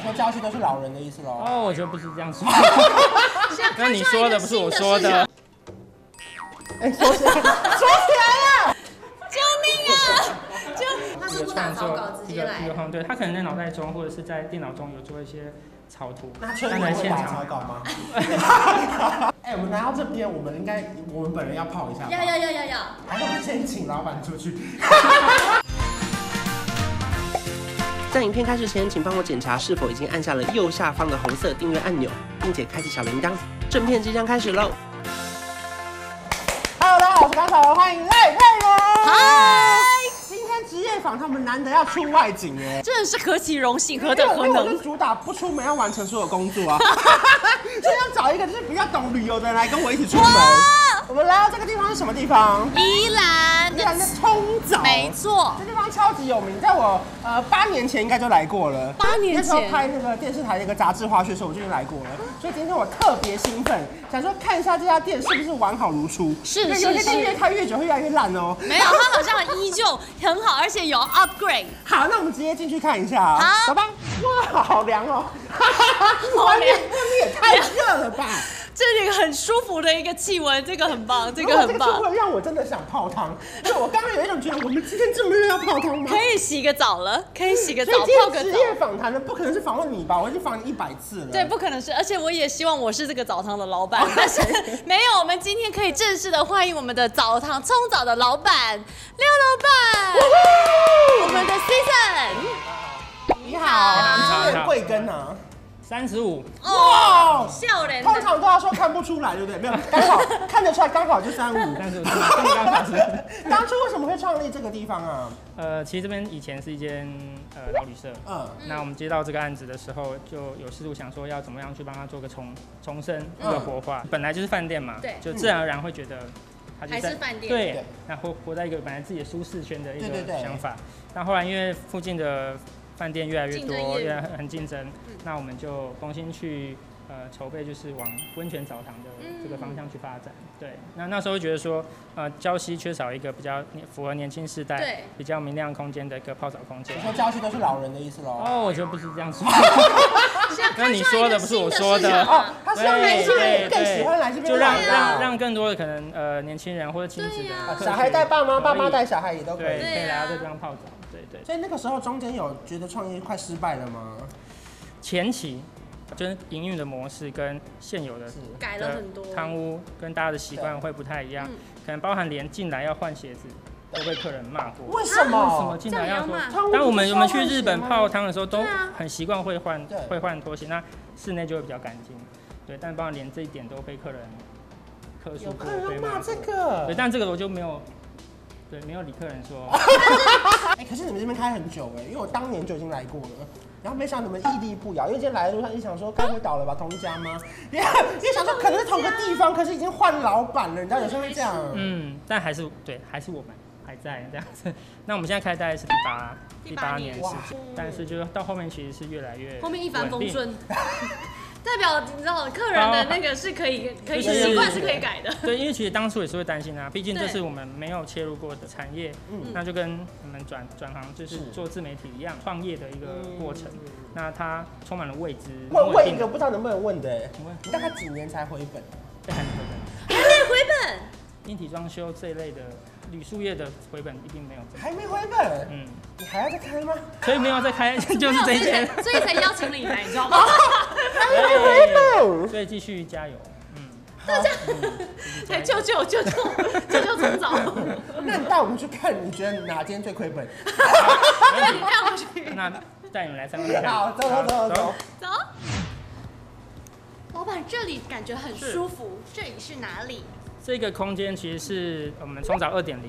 说郊区都是老人的意思喽。哦，我觉得不是这样说，现在那开你创说一个的不是新我的市说的场，。哎，说起来，说起来了。救命啊！就他这是个不打创草作稿直这接个这来个的，方，对他可能在脑袋中或者是在电脑中有做一些草图，那确但定在会现打草场稿吗？哎，我们来到这边，我们应该，我们本人要泡一下吧。要要要要要。还是我们先请老板出去。在影片开始前，请帮我检查是否已经按下了右下方的红色订阅按钮，并且开启小铃铛。正片即将开始喽！ Hello，大家好，我是高小文，欢迎赖佩伦。嗨，今天职业访谈，我们难得要出外景哎。真的是何其荣幸，何因为等我何因为我是能！主打不出门，要完成所有工作啊，所以要找一个 就是比较懂旅游的人来跟我一起出门。我们来到这个地方是什么地方？宜兰依然是冲澡，没错，这地方超级有名，在我呃八年前应该就来过了。八年那前啊时候拍那个电视台的一个杂志花絮的时候，我就已经来过了。所以今天我特别兴奋，想说看一下这家店是不是完好如初。是因为是有些店是越开越久会越来越烂哦。没有，它好像依旧很好，而且有 upgrade。 好，那我们直接进去看一下啊好走吧。哇，好凉 哦！外面外面也太热了吧！这里很舒服的一个气温，这个很棒， 这如个果这很个棒出，会让我真的想泡汤。对，我刚刚有一种觉得我们今天真的要泡汤吗？可以洗个澡了，可以洗个所以澡，泡今个天职澡。业访谈的不可能是访问你吧？我已经访你一百次了。对，不可能是，而且我也希望我是这个澡堂的老哦板，但是 没有，我们今天可以正式的欢迎我们的澡堂冲澡的老板廖老板，我们的 season，你好，你好你是贵庚啊？三十五，哇哦笑脸通常都要说看不出来，对不对？ 没有，刚好看得出来，刚好就三五。三十五，刚刚好是。当初为什么会创立这个地方啊？呃，其实这边以前是一间呃老旅社，嗯，那我们接到这个案子的时候，就有试图想说要怎么样去帮他做个重重生、一个活化。本来就是饭店嘛，嗯对就自然而然会觉得他就还在是饭店对对，然后活在一个本来自己的舒适圈的一对对个对想法。那后来因为附近的饭店越来越竞争多，越嗯越来很竞争，那我们就重新去。呃，筹备就是往温泉澡堂的这个方向去发嗯展。对，那那时候觉得说，呃，礁溪缺少一个比较年符合年轻世对代、比较明亮空间的一个泡澡空间你。说郊区都是老人的意思喽？哦，我觉得不是这 样说。那那你说的不是我说的哦，他是让年轻人对更喜欢来这边就让玩啊的让让更多的可能呃年轻人或者亲子对啊的小孩带爸妈，可以爸妈带小孩也都可对，以。可对以啊来到这地方泡澡。对对，所以那个时候中间有觉得创业快失败了吗？前期就是营运的模式跟现有的是。改了很多，贪污跟大家的习惯会不太一样嗯，可能包含连进来要换鞋子都被客人骂过。为什为什么么？进来要说这样也要骂？当我们我们去日本泡汤的时候，都对啊很习惯会换对会换拖鞋，那室内就会比较干净。对，但包括连这一点都被客人客诉有过，客人被要骂过这个对，？但这个我就没有，对，没有理客人 说。哎、可是你们这边开很久哎、因为我当年就已经来过了。然后没想到你们屹立不摇，因为今天来的路上一直想说，该不会倒了吧，同一家吗？因为因为想说可能是同个地方，可是已经换老板了，你知道有时候会这样。嗯，但还是对，还是我们还在这样子。 那我们现在开大概是第八第八年年时间，但是就是到后面其实是越来越后面一帆稳风定顺。 代表你知道客人的那个是可以可以就是习惯是可以改的， 对，因为其实当初也是会担心啊，毕竟这对是我们没有切入过的产业，嗯那就跟我们转转行就是是做自媒体一样，创业的一个过程。那它充满了未知，问不稳问一定个不知道能不能问的、哎请问你大概几年才回本？这还没回本，还可以哎回本。硬体装修这一类的铝塑业的回本一定没有这么，还没回本，嗯，你还要再开吗？所以没有再开 就是这一 间，所以才所以才邀请你来，你知道 吗？ 哎对所以继续加油，嗯， 来救救救救救救虫藻，那你带我们去看，你觉得哪间最亏本？带我去那带你们来参观看看，好，走走走走走。 走。老板，这里感觉很舒服，这里是哪里？这个空间其实是我们冲澡二点零，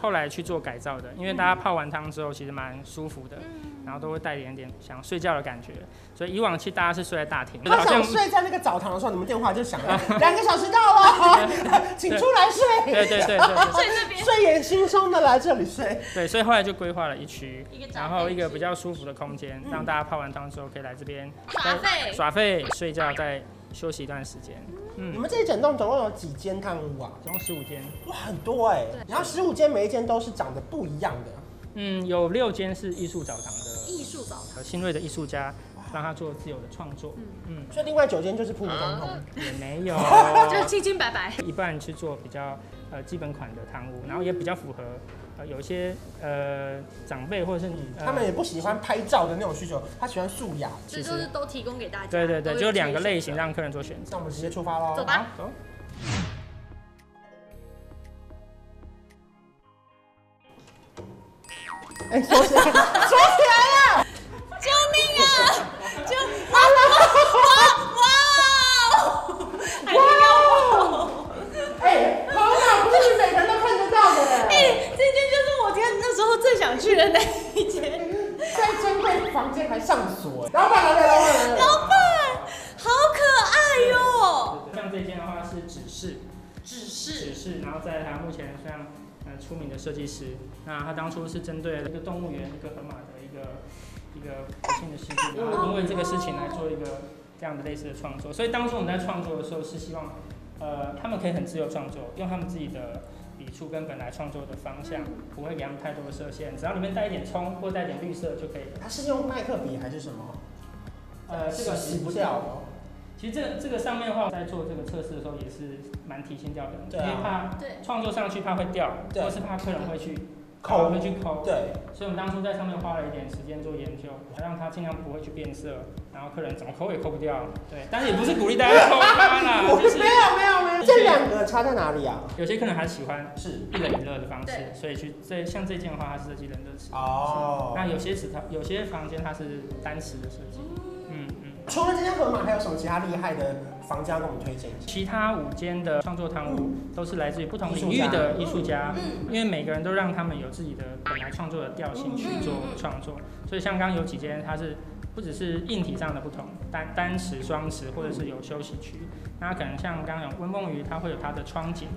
后来去做改造的，因为大家泡完汤之后其实蛮舒服的，嗯然后都会带点点想睡觉的感觉，所以以往其实大家是睡在大 厅，他想睡在那个澡堂的时候，你们电话就响了，两个小时到了，请出来睡。对对对对对所以这边睡眼惺忪的来这里睡。对，所以后来就规划了一区一个，然后一个比较舒服的空间，让大家泡完汤之后可以来这边耍费耍费、睡觉，再休息一段时间，你嗯，们这一整栋总共有几间汤屋啊？总共十五间，哇，很多哎、然后十五间，每一间都是长得不一样的。嗯，有六间是艺术澡堂的。艺术澡堂，呃新锐的艺术家让他做自由的创作。嗯，所以另外九间就是普普通通。嗯也没 有，就是清清白白。一半是做比较呃基本款的汤屋，然后也比较符合呃有一些呃长辈或者是、呃、他们也不喜欢拍照的那种需求，他喜欢素雅。这就是都提供给大家。对对对，都有就两个类型选择。让客人做选择。那我们直接出发喽。走吧好，走。哎、收起来，收起来了。救命 啊！救哇哇哇！哇！还听到我？ 哎、头脑不是你每个人都看得到的。哎、这间就是我今天那时候最想去的那一间。在珍贵房间还上锁、老板来了，老板来了。老板，好可爱哟、像这间的话是指示，指示，指示，然后在它目前非常呃出名的设计师，那他当初是针对一个动物园一个河马的一个一个不幸的事故，然后因为这个事情来做一个这样的类似的创作，所以当初我们在创作的时候是希望，呃，他们可以很自由创作，用他们自己的。笔触跟本来创作的方向不会给他们太多的设限，只要里面带一点葱或带一点绿色就可以了。他是用麦克笔还是什么？呃，这个洗洗不不掉掉。哦。其实这个这个上面的话，在做这个测试的时候也是蛮提心吊胆的，对啊因为怕对创作上去怕会掉，对或是怕客人会去抠会去抠。对，所以我们当初在上面花了一点时间做研究，让它尽量不会去变色，然后客人怎么抠也抠不掉。对，但是也不是鼓励大家抠它 啦，啊就是没有没有没有。有这两个差在哪里啊？有些客人还喜欢是一冷一热的方式，对所以去这像这件的话，它是设计冷热池。哦。那有些池它有些房间它是单池的设计，嗯嗯。除了这间河马，还有什么其他厉害的房间要给我们推荐一下？其他五间的创作堂屋都是来自于不同领域的艺术家，因为每个人都让他们有自己的本来创作的调性去做创作，所以像刚刚有几间它是不只是硬体上的不同，单单池、双池或者是有休息区，那可能像刚刚有温梦鱼，它会有它的窗景，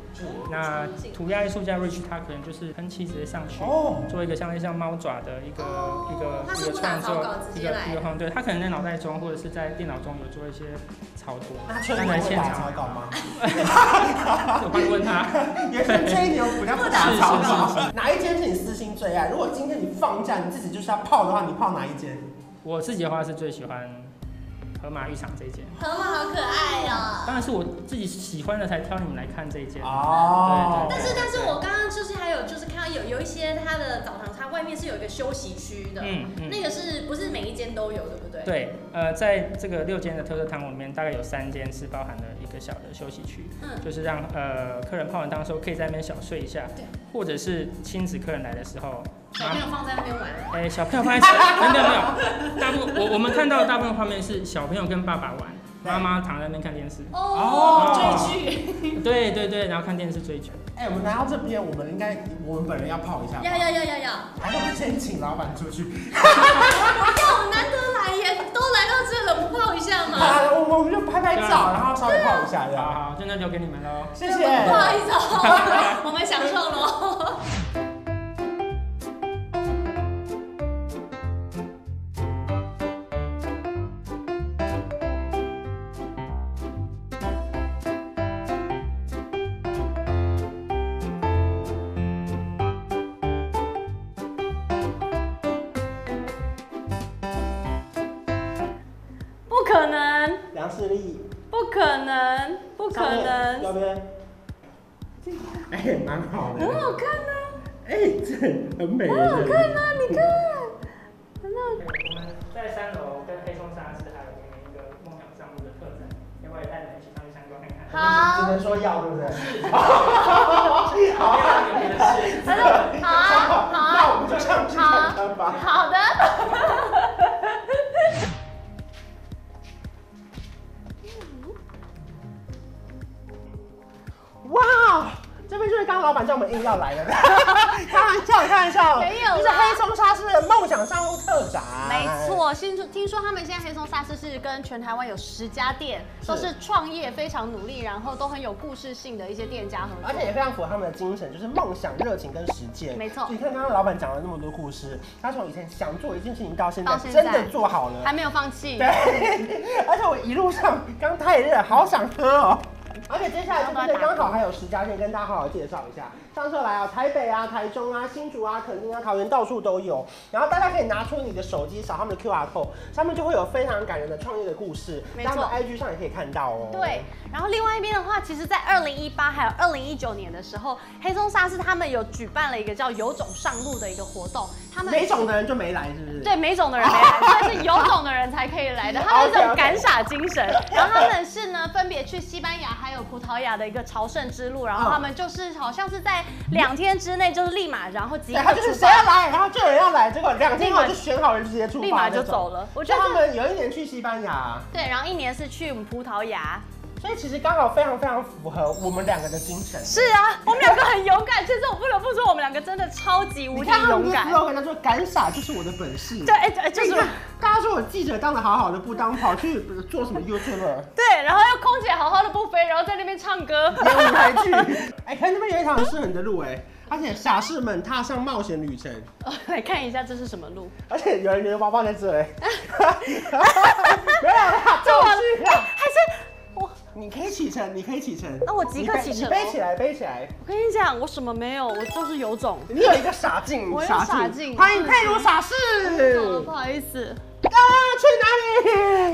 那涂鸦艺术家 Rich 他可能就是喷漆直接上去，哦，做一个像像猫爪的一个、哦一个它是一不个打创草作稿直一接个来一个创作，对他可能在脑袋中或者是在电脑中有做一些草图，那吹但牛来会现打场草稿吗？我会问他， 也是吹牛不要不打是草是 稿。哪一间是你私心最爱？如果今天你放假，你自己就是要泡的话，你泡哪一间？我自己的话是最喜欢河马浴场这一间，河马好可爱哦呀、当然是我自己喜欢的才挑你们来看这一间。哦，但是但是我刚刚就是还有就是看到有有一些它的澡堂，它外面是有一个休息区的，嗯嗯，那个是不是每一间都有，对不对？对，呃，在这个六间的特色汤屋里面，大概有三间是包含了一个小的休息区，嗯就是让呃客人泡完汤的时候可以在那边小睡一下，对，或者是亲子客人来的时候，小朋友放在那边玩，哎、小朋友放在前 没有没有，大部分我我们看到的大部分画面是小朋友跟爸爸玩，妈妈躺在那边看电视，哦，哦追剧，对对对，然后看电视追剧。哎，我们来到这边，我们应该我们本人要泡 一下吧，要要要要要， 还是我们先请老板出去？要难得来耶，都来到这了，不泡一下吗？啊，我们就拍拍照，然后稍微啊泡一下，这好样。好，就那留给你啊们喽。谢谢。不好意思哦，我们享受喽。不可能，梁世立，不可能，不可上面能，右边。哎，蛮好很的。好看啊呢、哎，这很美。很哦好看啊，你看。我们在三楼跟黑松沙是还有我们一个梦想项目的特展，要不要也带你们一起上去参观看看？只能说要，对不对？好，没有你们的事。他说啊好啊，好啊，那我们就上去看看吧。好的。哇， 这边就是刚刚老板叫我们硬要来 的， 开玩笑，开玩笑，没有啦这是黑松沙市的梦想商务特展， 没。错，先说听说他们现在黑松沙士是跟全台湾有十家店，是都是创业非常努力，然后都很有故事性的一些店家合而作。且也非常符合他们的精神，就是梦想、热情跟实践。没错所以你看刚刚老板讲了那么多故事，他从以前想做一件事情到现在到现在真的做好了还。没有放弃对，，而且我一路上刚太热，好想喝哦。而且接下来这边刚好还有十家店，跟大家好好介绍一下。上次来啊，台北啊、台中啊、新竹啊、垦丁啊、桃园到处都有。然后大家可以拿出你的手机扫他们的 QR code，上面就会有非常感人的创业的故事，没在他们错 IG 上也可以看到哦。对，，然后另外一边的话，其实，在二零一八还有二零一九年的时候，黑松沙士他们有举办了一个叫“有种上路”的一个活动，他们没种的人就没来，是不是？对，没种的人没 来，所以是有种的人才可以来的。他们这 OK，OK 种敢傻精神，然后他们是呢分别去西班牙还有葡萄牙的一个朝圣之路，嗯然后他们就是好像是在两天之内就是立马然后即对，他刻就是出谁要发，来，然后就有人要来，结果两天立后马就选好人直接出发，立马就走。了。我我觉觉得得他这们有一年去西班牙，对，然后一年是去我们葡萄牙。所以其实刚好非常非常符合我们两个的精神。是啊，我们两个很勇敢。其实我不得不说，我们两个真的超级无你敌看他们勇的敢。 slogan，他说“敢傻就是我的本事”。对，哎、对，就就是是大家说我记者当的好好的，不当跑去做什么 YouTuber 对，然后要空姐好好的不飞，然后在那边唱歌。演舞台剧。哎、可是那边有一条很适合你的路哎、而且傻士们踏上冒险旅程， 来看一下这是什么 路？而且有人觉得包包在这 哎、没有啊啦，这我去哎啦。还是我，你可以启程，你可以启程。那我即刻你背启程哦你背起来，背起来。我跟你讲，我什么没有，我就是有种。你有一个傻劲，我有傻劲欢迎佩如傻士。不好意思，啊，去哪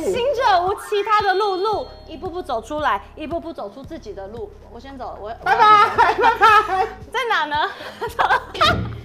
里？行者无其他的路，路一步步走出来，一步步走出自己的路。我先走了，我拜拜，拜拜。在哪呢？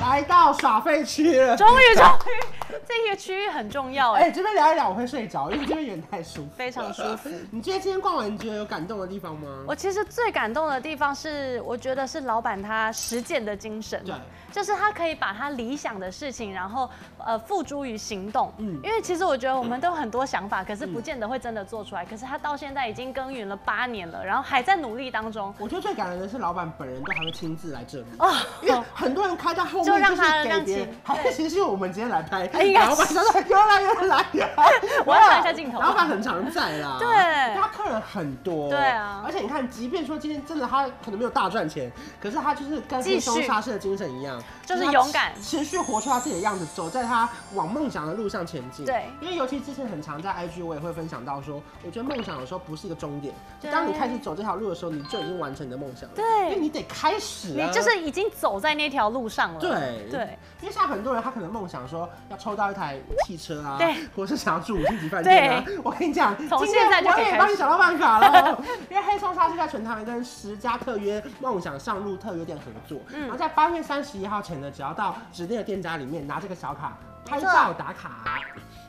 来到耍废区了。终于，终于，这个区域很重要哎、哎，这边聊一聊我会睡着，因为这边有点太舒服。非常舒服。你觉得今天逛完，你觉得有感动的地方吗？我其实最感动的地方是，我觉得是老板他实践的精神，对，就是他可以把他理想的事情，然后呃付诸于行动，嗯嗯，因为其实我觉得我们都有很多想法，可是不见得会真的做出来，可是他到现在已经耕耘了八年了，然后还在努力当中，我觉得最感人的是老板本人都还会亲自来这里，哦， 因为很多人开到后面就让是他给让别人其，还是其实是我们今天来拍，应该老板说有来有来，我要看一下镜头老板很常在啦，对他客人很多，对啊而且你看，即便说今天真的他可能没有大赚钱，可是他就是跟继黑续松沙士的精神一样，就是他勇敢持续活出他自己的样子，走在他往梦想的路上前进。对因为尤其之前很常在 IG 我也会分享到说，我觉得梦想有时候不是一个终点，对当你开始走这条路的时候，你就已经完成你的梦想 了。对因为你得开始、啊，你就是已经走在那条路上了，对对。因为像很多人，他可能梦想说要抽到一台汽车啊，对，或是想要住五星级饭店啊。我跟你讲，从今天现在就可以我也开帮你始找到办法了。因为黑松沙是在全台湾跟十家特约梦想上路特约店合作，嗯然后在八月三十一号前呢，只要到指定的店家里面拿这个小卡拍照打卡。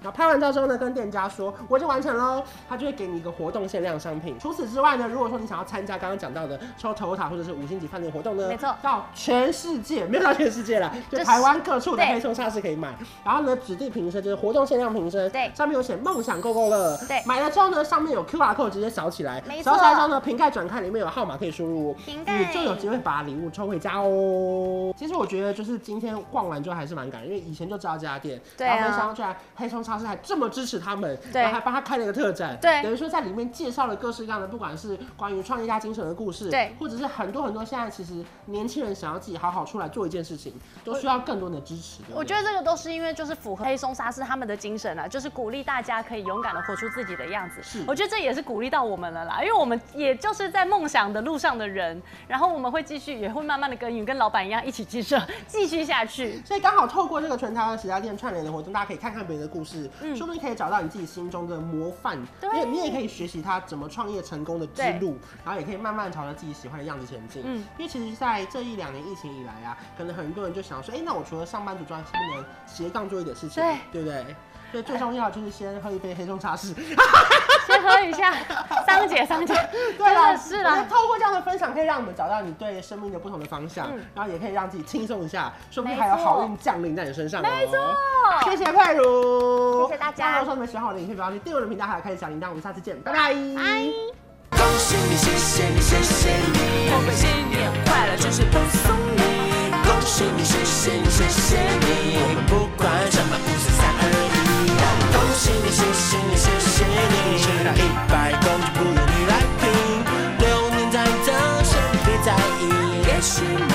然后拍完照之后呢，跟店家说我已经完成喽，他就会给你一个活动限量商品。除此之外呢，如果说你想要参加刚刚讲到的抽头塔或者是五星级饭店活动呢，没错到全世界没有到全世界啦，就就是台湾各处的对黑松沙士可以买。然后呢，指定瓶身就是活动限量瓶身，对上面有写梦想购购乐，对买了之后呢，上面有 QR code 直接扫起来，没扫错起来之后呢，瓶盖转开里面有号码可以输入，瓶盖你就有机会把礼物抽回家哦。其实我觉得就是今天逛完之后还是蛮感人，因为以前就知道这家店，对然后没啊想到居然黑松沙士还这么支持他们，对然后还帮他开了一个特展，对等于说在里面介绍了各式各样的，不管是关于创业家精神的故事，对或者是很多很多现在其实年轻人想要自己好好出来做一件事情，都需要更多的支持。对不对我觉得这个都是因为就是符合黑松沙士他们的精神啊，就是鼓励大家可以勇敢的活出自己的样子。是我觉得这也是鼓励到我们了啦，因为我们也就是在梦想的路上的人，然后我们会继续，也会慢慢的耕耘，跟老板一样一起建设，继续下去。所以刚好透过这个全台湾十家店串联的活动，大家可以看看别人的故事，说不定可以找到你自己心中的模范，嗯对因为你也可以学习他怎么创业成功的之路，然后也可以慢慢朝着自己喜欢的样子前进。嗯因为其实，在这一两年疫情以来啊，可能很多人就想说，哎、那我除了上班族之外，是不是能斜杠做一点事情？对，不对？所以最重要就是先喝一杯黑松茶士。先喝一下， 桑姐，桑姐， 对真啊啦，的是我觉啦得。透过这样的分享，可以让我们找到你对生命的不同的方向，嗯然后也可以让自己轻松一下，说不定还有好运降临在你身上、哦。没错，谢谢佩如，谢谢大家那如果说你们喜欢我的影片，不要忘记订阅我的频道，还有开启小铃铛。我们下次见，拜拜。哎恭喜你，谢谢你，谢谢你。我们新年快乐，就是是你，谢谢你，谢谢你，我们不管什么五四三二一，让我恭喜你，谢谢你，谢谢你，吃到一百公斤不用你来拼，流年再走，先别在意，也许。